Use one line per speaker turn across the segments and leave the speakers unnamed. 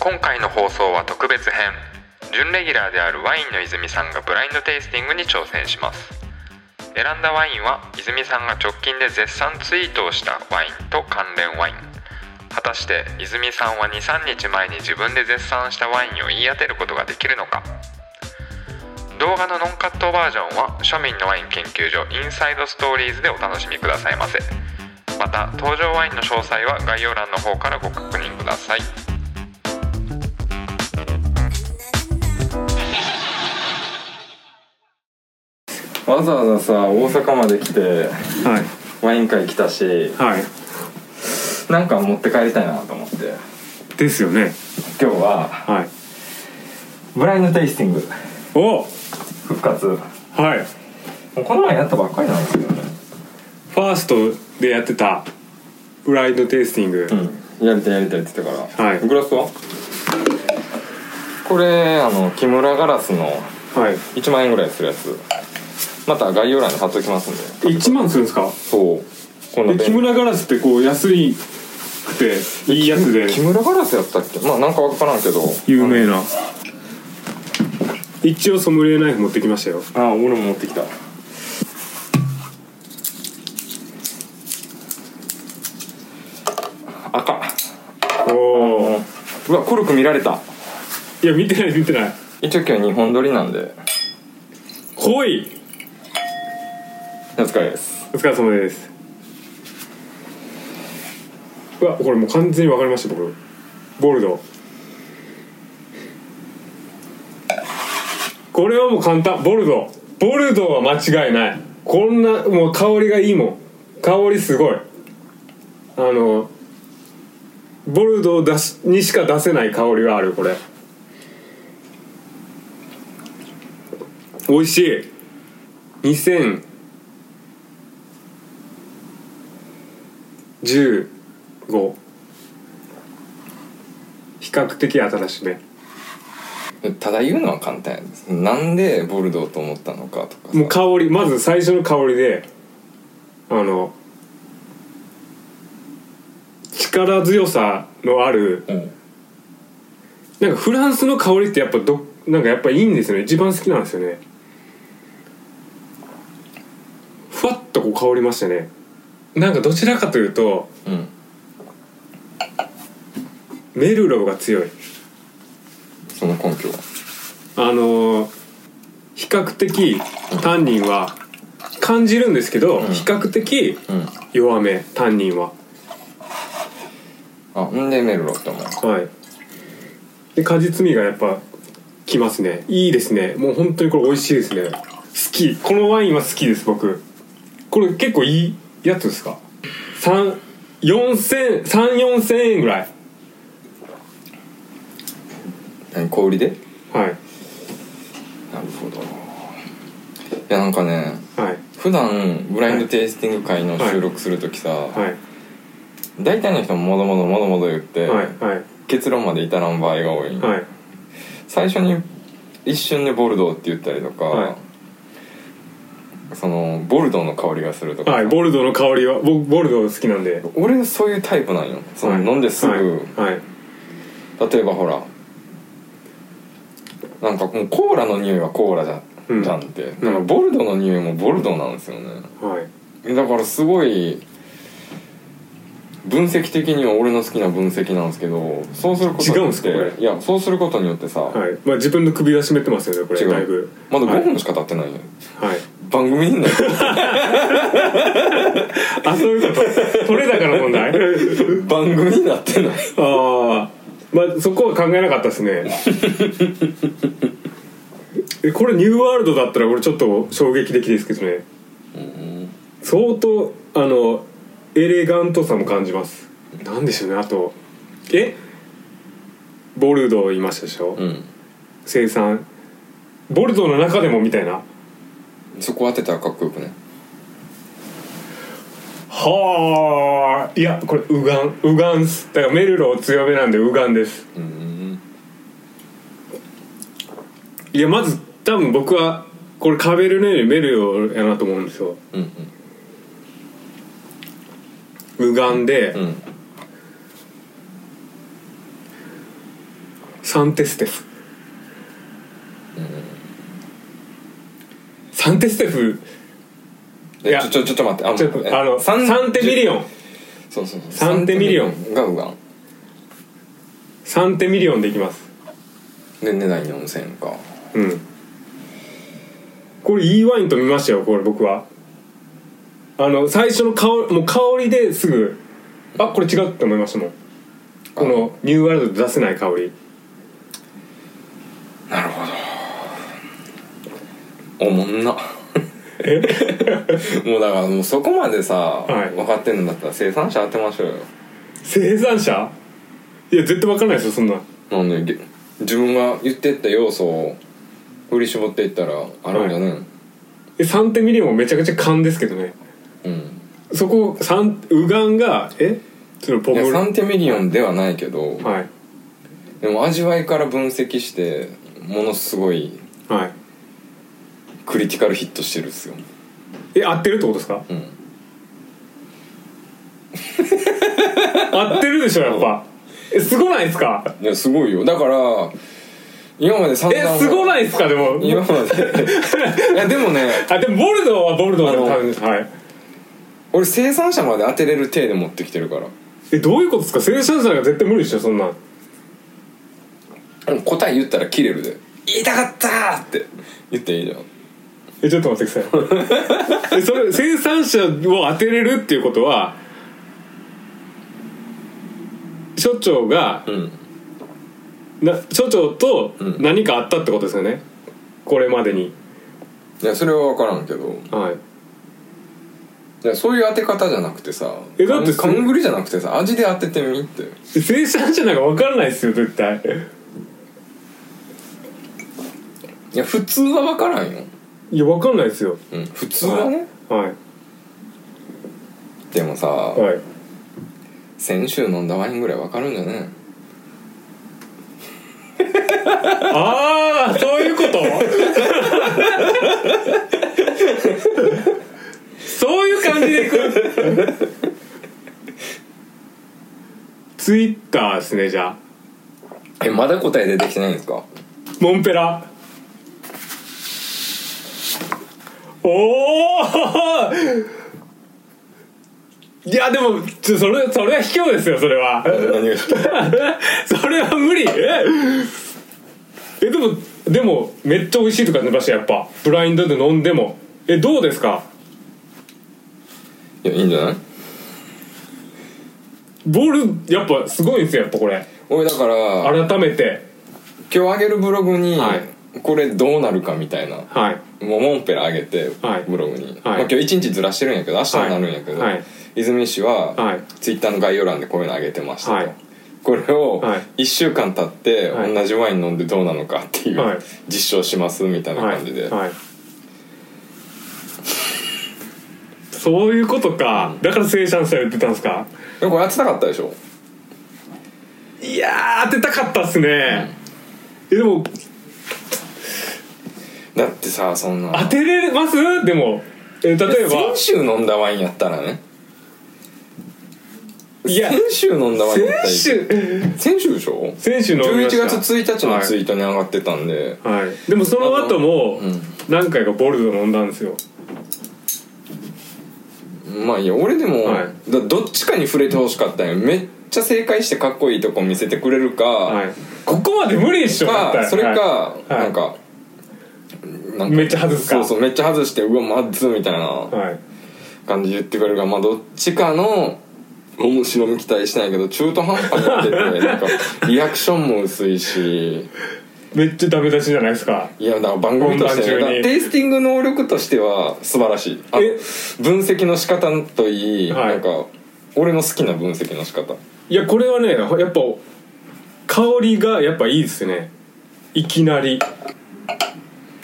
今回の放送は特別編準レギュラーであるワインの泉さんがブラインドテイスティングに挑戦します選んだワインは泉さんが直近で絶賛ツイートをしたワインと関連ワイン果たして泉さんは23日前に自分で絶賛したワインを言い当てることができるのか動画のノンカットバージョンは庶民のワイン研究所インサイドストーリーズでお楽しみくださいませまた登場ワインの詳細は概要欄の方からご確認くださいわざわざさ大阪まで来て
はい
ワイン会来たし
はい
なんか持って帰りたいなと思って
ですよね
今日は
はい
ブラインドテイスティング
お
復活も
はいフ
うこの前やったばっかりなんですけどね
ァーストでやってたブラインドテイスティング、
うんやりたいやりたいって言ってたから
はい
グラスはこれあの木村ガラスの
はい
1万円ぐらいするやつまた概要欄に貼っときますんで
1万するんですか
そうこ
で
の
木村ガラスってこう安いくていいやつで
木村ガラスやったっけまあなんかわからんけど
有名な一応ソムリエナイフ持ってきましたよ
あ俺も持ってきた赤
おお
うわコルク見られた
いや見てない見てない
一応今日2本撮りなんで
濃い
お疲れです
お疲れ様ですうわこれもう完全に分かりました僕ボルドこれはもう簡単ボルドボルドは間違いないこんなもう香りがいいもん香りすごいあのボルドを出しにしか出せない香りがあるこれ美味しい2000 15比較的新しめ
ただ言うのは簡単やですなんでボルドーと思ったのかとかさ
もう香りまず最初の香りであの力強さのある
うん
なんかフランスの香りってやっぱどなんかやっぱいいんですよね一番好きなんですよねふわっとこう香りましたねなんかどちらかというと
うん
メルローが強い
その根拠は
あのー比較的タンニンは感じるんですけど、
ん
比較的
うん
弱めタンニンは
あんでメルロって思う
はいで果実味がやっぱきますねいいですねもう本当にこれ美味しいですね好きこのワインは好きです僕これ結構いいやつですか3 4千3 4千円ぐらい
何氷で
はい
なるほどいやなんかね
はい
普段ブラインドテイスティング会の収録するときさ、
はい
大体の人ももどもどもどもど言って、
はいはい
結論まで至らん場合が多い、
はい
最初に一瞬でボルドーって言ったりとか、
は
そのボルドーの香りがするとか、
はいボルドーの香りは僕ボルドー好きなんで
俺そういうタイプなんよその、飲んですぐ、
はいはい
例えばほらなんかもうコーラの匂いはコーラじゃ,、
うん
じゃんってだ
うん
からボルドーの匂いもボルドーなんですよね
はい
だからすごい分析的には俺の好きな分析なんですけどそうすることによっ
違うんすか
て
こ
いやそうすることによってさ、
はい、まあ、自分の首は絞めてますよねこ
違
れ
う
だいぶ
まだ
はい
5分しか経ってないよ、
はい
番組になる
あそういうこと取れ高の 問題
番組になってない
ああまあそこは考えなかったですねえこれニューワールドだったらこれちょっと衝撃的ですけどね相当あのエレガントさも感じますなんでしょうねあとえボルドー言いましたでしょ、
うん
生産ボルドーの中でもみたいな
そこ当てたらかっこよくね
はあいやこれウガンウガンスだからメルロー強めなんでウガンです
うん
いやまず多分僕はこれカベルネよりメルローやなと思うんですよ
うん
ウガンで、
うんうん
サンテステフ、サンテステフいや
えちょちょちょっと待
ち
っ
ょってとあのサンテミリ
ン
オン
そうそうそう
サンテミリオン
がウガン
サンテミリオンでいきます
で値段4000か
うんこれいいワインと見ましたよこれ僕はあの最初の香りもう香りですぐあこれ違うって思いましたもんこのニューワールドで出せない香り
なるほどおもんな
え
もうだからもうそこまでさ、
はい
分かってんだったら生産者当てましょうよ
生産者いや絶対わかんないですよそんなん
なんでげ自分が言ってった要素を振り絞っていったらあるんじゃね、
えサンテミリオンもめちゃくちゃ勘ですけどね
うん
そこサンウガンがえそのポ
い
ム
や
ル
サンテミリオンではないけど、
はい
でも味わいから分析してものすごい
はい
クリティカルヒットしてるんですよ、
え合ってるってことですか
うん、
合ってるでしょやっぱえすごないですか
いやすごいよだから今まで散々
えすごないですかでも
今まで いやでもね
あでもボルドーはボルドーでも多分はい
俺生産者まで当てれる体で持ってきてるから
えどういうことですか生産者が絶対無理でしょそんなん
うん答え言ったら切れるで「言いたかった!」って言っていいじゃん
えちょっと待ってくだ さいえそれ生産者を当てれるっていうことは所長が
うん
な所長と
うん
何かあったってことですよねこれまでに
いやそれは分からんけど
はい
いやそういう当て方じゃなくてさ
えだってそ
勘ぐりじゃなくてさ味で当ててみって
え生産者なんか分からないですよ絶対
いや普通は分からんよ、
いや分かんないですよ
うん、普通はね
はい
でもさ、
はい
先週飲んだワインぐらい分かるんじゃね
ああそういうことそういう感じでいくツイッターですねじゃあ
えまだ答え出てきてないんですか
モンペラおおいやでもちょそれそれは卑怯ですよそれは
何が
それは無理えでもでもめっちゃ美味しいとか言ってましたやっぱブラインドで飲んでもえどうですか
いやいいんじゃない
ボールやっぱすごいんですよやっぱこれ
俺だから
改めて
今日あげるブログに、
は
これどうなるかみたいな
はい
もうモンペラ上げて、
はい
ブログに、まあ、
はい
今日1日ずらしてるんやけど明日になるんやけど、
はいはい
泉氏は、
はい
ツイッターの概要欄でこういうの上げてましたと、
はい
これを
はい
1週間経って
はい
同じワイン飲んでどうなのかっていう、
はい
実証しますみたいな
はい
感じで、
はい、そういうことかだから生産者言ってたんですか
でもこれ当てたかったでしょ
いやー当てたかったっすね、えでも
だってさそんな
当てれますでもえ例えば
先週飲んだワインやったらね
いや
先週飲んだワインやったら
先週
先週でしょ
先週の
11月1日のツイ
い
ートに上がってたんで、
はい、でもその後も
うん
何回かボルドー飲んだんですよ
まあいや俺でも、
は
だどっちかに触れてほしかったんよめっちゃ正解してかっこいいとこ見せてくれるか、
はいここまで無理でしょ絶
か
対
それか、
はい
なんか、なんか
めっちゃ外すか
そうそうめっちゃ外してうわまずみたいな
はい、はい
感じで言ってくれるからまあどっちかの面白み期待してないけど中途半端になってて なんかリアクションも薄いし
めっちゃダメ出しじゃないですか
いやだから番組とし
本番中
てね
に
だからテイスティング能力としては素晴らしいあの
え
分析の仕方といい、
はい
なんか俺の好きな分析の仕方
いやこれはねやっぱ香りがやっぱいいですねいきなり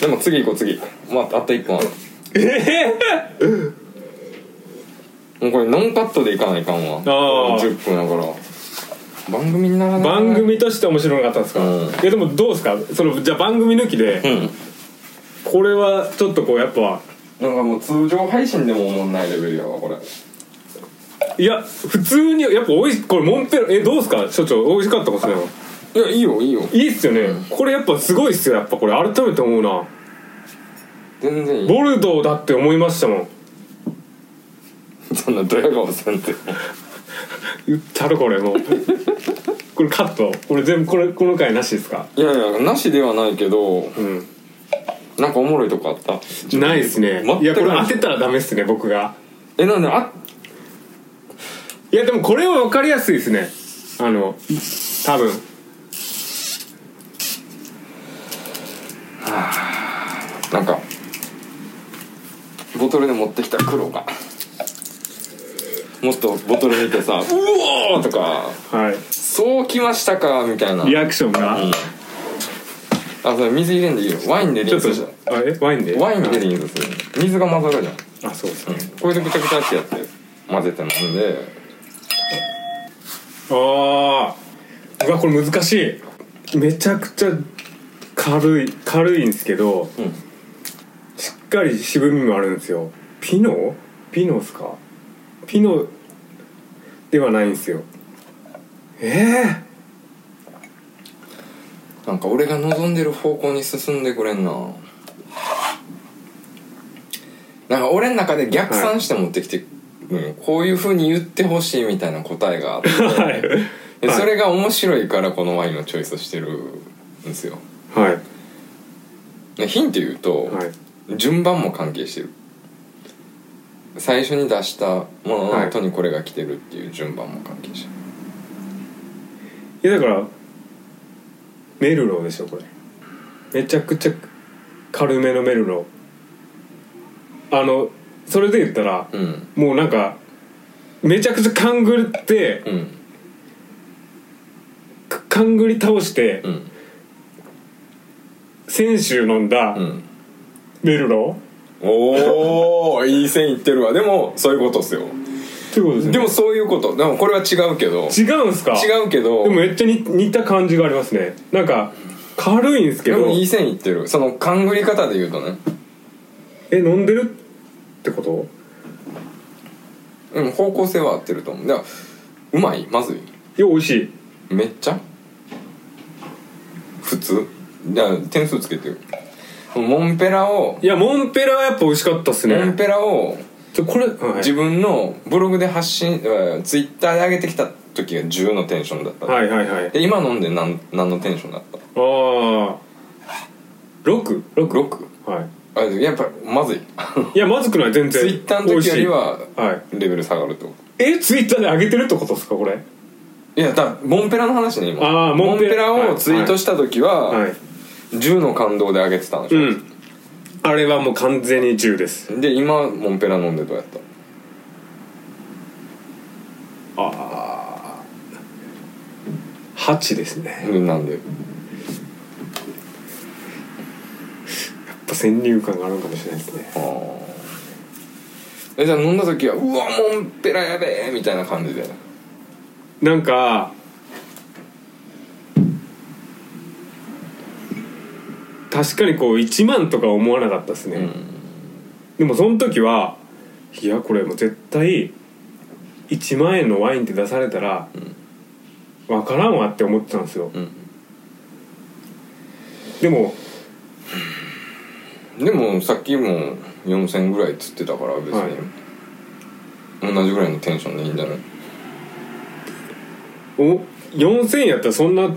でも次行こう次まああと1本ある
ええ
もうこれノンカットでいかないかんわ
あー
10分やから番組にならない
番組として面白かったんですか、
うん
いやでもどうですかそのじゃあ番組抜きで、
うん
これはちょっとこうやっぱ
なんかもう通常配信でもおもんないレベルやわこれ
いや普通にやっぱおいしこれモンペラえどうですか所長美味しかったことだよ
いやいいよいいよ
いいっすよね、これやっぱすごいっすよやっぱこれ改めて思うな
全然いい
ボルドーだって思いましたもん
そんなドヤ顔さんって
言ったろこれもう これカットこれ全部これこの回なしですか
いやいやなしではないけど
うん
なんかおもろいとこあった
ないですね
全く
いやこれ
ない
当てたらダメっすね僕が
えなんであ
いやでもこれは分かりやすいですねあの多分
なんかボトルで持ってきた黒がもっとボトル見てさ「うおー!」とか
はい
「そうきましたか」みたいな
リアクションが、
うんあそれ水入れんでいいよワインでリ
ちょ
ン
っと
スした
あえワインで
ワインでリンスする水が混ざるじゃん
あそうですね、
これでぐちゃぐちゃってやって混ぜて飲んで
ああうわこれ難しいめちゃくちゃ軽い軽いんですけど、
うん
しっかり渋みもあるんですよピノピノですかピノではないんですよえ
なんか俺が望んでる方向に進んでくれんななんか俺の中で逆算して持ってきてるよこういう風に言ってほしいみたいな答えがあって
えー、 はい
で
はい
それが面白いからこのワインのチョイスしてるんですよ
はい
でヒント言うと、
はい
順番も関係してる最初に出したものの後にこれが来てるっていう順番も関係してる、
いやだからメルローでしょこれめちゃくちゃ軽めのメルローあのそれで言ったら、
うん
もうなんかめちゃくちゃ勘ぐって
うん
か勘ぐり倒して、
うん
先週飲んだ
うん
メルロ
おおいい線いってるわでもそういうことっすよ
ーということですね
でもそういうことでもこれは違うけど
違うんすか
違うけど
でもめっちゃに似た感じがありますねなんか軽いんですけ
で
ど
もいい線いってるその勘ぐり方で言うとね
え飲んでるってこと
でも方向性は合ってると思うだからうまいまずい
いや美味しい
めっちゃ普通だから点数つけてるモンペラを
いやモンペラはやっぱ美味しかったっす
モン
ね
ペラを
ちょこれ、はい、
自分のブログで発信、えーツイッターで上げてきた時が10のテンションだった、
はいはいはい
で今飲んで何何のテンションだった
ああ六六
6
は
あやっぱまずい
いいやまずくない全然
ツイッターの時よりは
美味しいはい
レベル下がるってこ
えツイッターで上げてるってことですかこれ
といやだモンペラの話ね今
あーモンペラ
モンペラをツイートした時は、
はい
10の感動で上げてたの、
うんあれはもう完全に10です
で今モンペラ飲んでどうやった
ああ8ですね
うんなんで
やっぱ先入観があるのかもしれないですね
あーえじゃあ飲んだ時は「うわモンペラやべえ!」みたいな感じで
なんか確かにこう1万とか思わなかったですね、
うん
でもその時はいやこれもう絶対1万円のワインって出されたら分からんわって思ってたんですよ
うん
でも
でもさっきも4000ぐらいっつってたから別に、
はい
同じぐらいのテンションでいいんじゃない
お4000円やったらそんな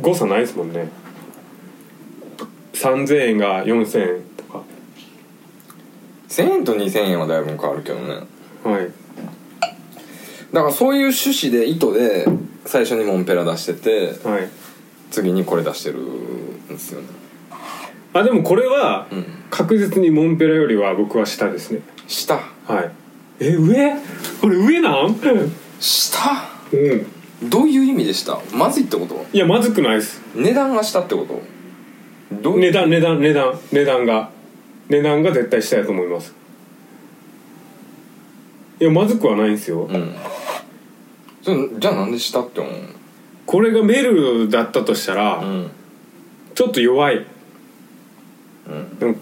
誤差ないですもんね3000円が4000円とか
1000円と2000円はだいぶ変わるけどね
はい
だからそういう趣旨で意図で最初にモンペラ出してて
はい
次にこれ出してるんですよね
あでもこれは
うん
確実にモンペラよりは僕は下ですね
下
はいえ上これ上なん
下
うん
どういう意味でしたまずいってこと
いやまずくないです
値段が下ってことどう
値段値段値段値段が値段が絶対したいと思いますいやまずくはないんですよ、
うんそれじゃあなんで下って思う
これがメルだったとしたら、
うん
ちょっと弱い、うん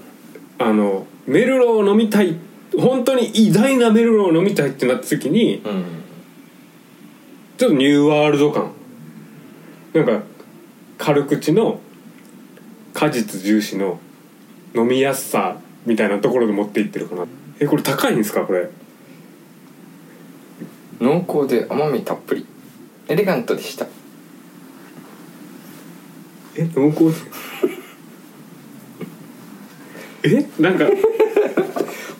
あのメルローを飲みたい本当に偉大なメルローを飲みたいってなった時に
うん
ちょっとニューワールド感なんか軽口の果実重視の飲みやすさみたいなところで持っていってるかなえこれ高いんですかこれ
濃厚で甘みたっぷりエレガントでした
え濃厚 えなんか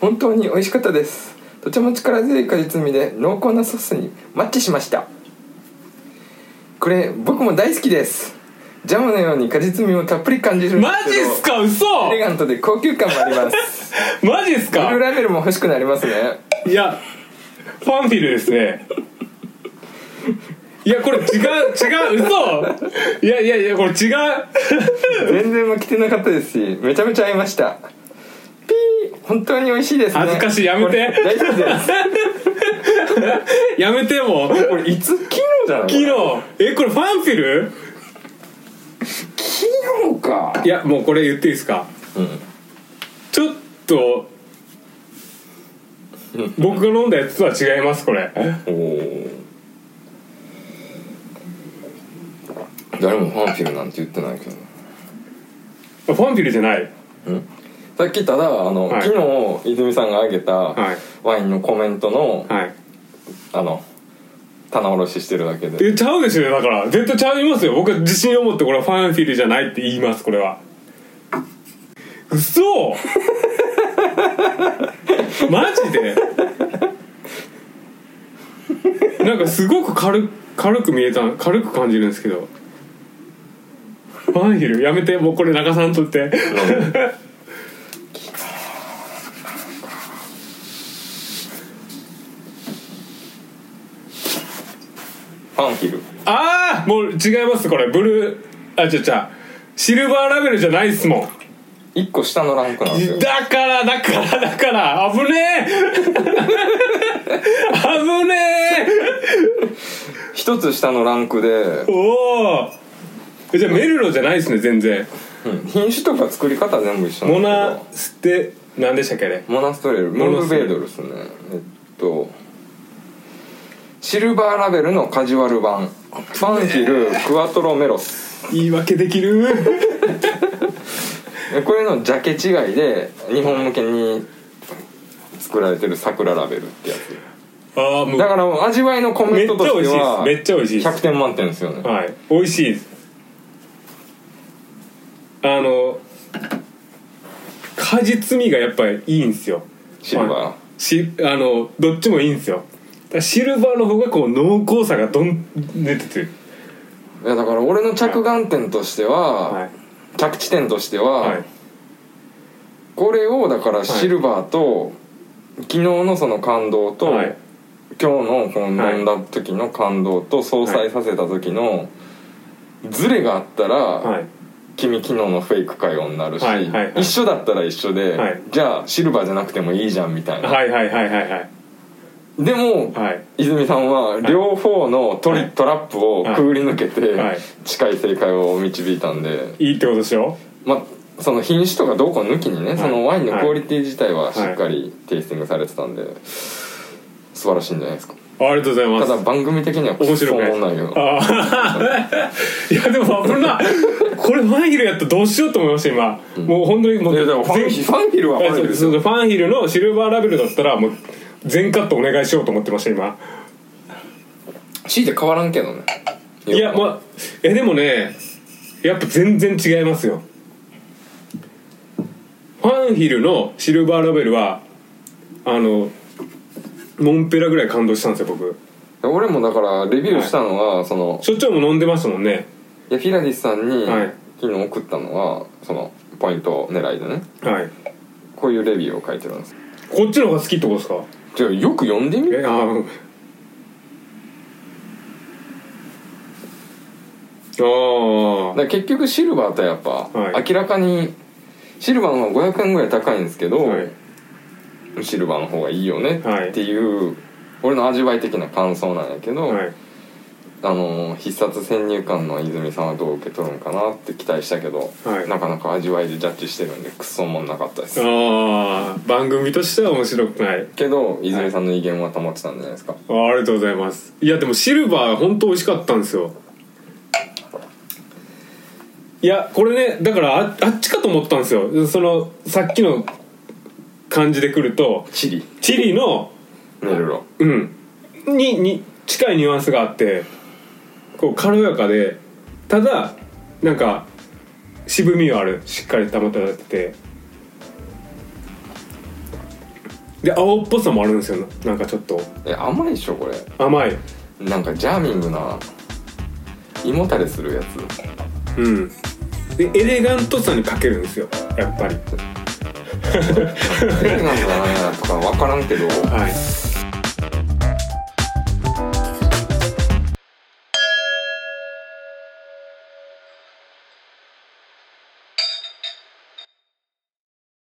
本当に美味しかったですとても力強い果実味で濃厚なソースにマッチしましたこれ僕も大好きですジャムのように果実味をたっぷり感じるんで
マジっす
けど
か嘘
エレガントで高級感もあります
マジっす
ブルー
か
ラベルも欲しくなりますね
いやファンフィルですねいやこれ違う違う嘘いやいやいやこれ違う
全然負けてなかったですしめちゃめちゃ合いましたピー本当に美味しいですね
恥ずかしいやめて
これ大丈夫です
やめてもう
これいつ昨日じゃな
昨
い
日えこれファンフィル
昨日か
いやもうこれ言っていいですかちょっと僕が飲んだやつとは違いますこれ
おお誰もファンフィルなんて言ってないけど
ファンフィルじゃない
さっきただあの、
はい
昨日泉さんが挙げた
はい
ワインのコメントの、
はい
あの棚卸ししてるだけで
えちゃうでしょだから絶対ちゃいますよ僕は自信を持ってこれはファンフィルじゃないって言いますこれは嘘 マジでなんかすごく軽く軽く見えた軽く感じるんですけどファンフィルやめてもうこれ中さんとって
ファンフィル
ああもう違いますこれブルーあちゃちゃシルバーラベルじゃないっすもん
一個下のランクなんですよ
だからだからだから危ねえ危ね
一つ下のランクで
えおおじゃあメルロじゃないですね全然
品種とか作り方全部一緒
モ
なん
ナ
です
ステなんでしたっけね
けどモナストレルモ
モナ
ル
ストレ
ベ
ル
ードルですねえっとシルバーラベルのカジュアル版ファンフィルクワトロメロス
言い訳できる
えこれのジャケ違いで日本向けに作られてる桜ラベルってやつ
ああもう
だからもう味わいのコメントとしては
めっちゃ美味しいですめっ
100点満点ですよね
はい美味しいですあの果実味がやっぱりいいんですよ
シルバ
しあのどっちもいいんですよだからシルバーの方がこう濃厚さがどん出ててる
ーいやだから俺の着眼点としては、
はい
着地点としては、
はい
これをだからシルバーと、昨日のその感動と、
はい
今日のこの飲んだ時の感動と相殺させた時のズレがあったら、
はい
君昨日のフェイク会話になるし、
はいはいはい
一緒だったら一緒で、
はい
じゃあシルバーじゃなくてもいいじゃんみたいな、
はいはいはいはいはい
でも、
はい
泉さんは両方のトリ、
はい
トラップをくぐり抜けて、
はい
近い正解を導いたんで、
いいってことでしょ
まあ、その品種とかどうこう抜きにね、そのワインの
はい
クオリティ自体はしっかりテイスティングされてたんで、素晴らしいんじゃないですか
ありがとうございま
た
す
だ番組的には
面白くない
そう思わないよ
あー いやでも危ないこれファンヒルやったらどうしようと思いました今、もう本当にもう
いやでもファンヒ
全
ファンヒルはファンヒルです
そう
よ
そうファンヒルのシルバーラベルだったらもう全カットお願いしようと思ってました今
強いて変わらんけどね
いやまあえでもねやっぱ全然違いますよファンヒルのシルバーラベルはあのモンペラぐらい感動したんですよ僕
俺もだからレビューしたのは、その
所長も飲んでましたもんね
いやフィラディスさんに
はい
昨日送ったのはそのポイント狙いでね
はい
こういうレビューを書いてるんです
こっちの方が好きってことですか
じゃあよく読んでみる
えあーあ
だ
ー
から結局シルバーとやっぱ、
はい
明らかにシルバーの方が500円ぐらい高いんですけど、
はい
シルバーの方がいいよね
はい
っていう、俺の味わい的な感想なんやけど、
はい
あのー必殺先入観の泉さんはどう受け取るのかなって期待したけど、
はい
なかなか味わいでジャッジしてるんでクソもんなかったです
あー番組としては面白くない
けど泉さんの威厳は保ってたんじゃないですか、
あーありがとうございますいやでもシルバー本当美味しかったんですよいやこれねだからああっちかと思ったんですよそのさっきの感じでくると
チリ
チリの
なるほ
うんにに近いニュアンスがあってこう軽やかでただなんか渋みはあるしっかり保たれててで青っぽさもあるんですよなんかちょっと
え甘いでしょこれ
甘い
なんかジャーミングな胃もたれするや つ
うんでエレガントさに欠けるんですよやっぱり
ペレなんだなとか分からんけど
はい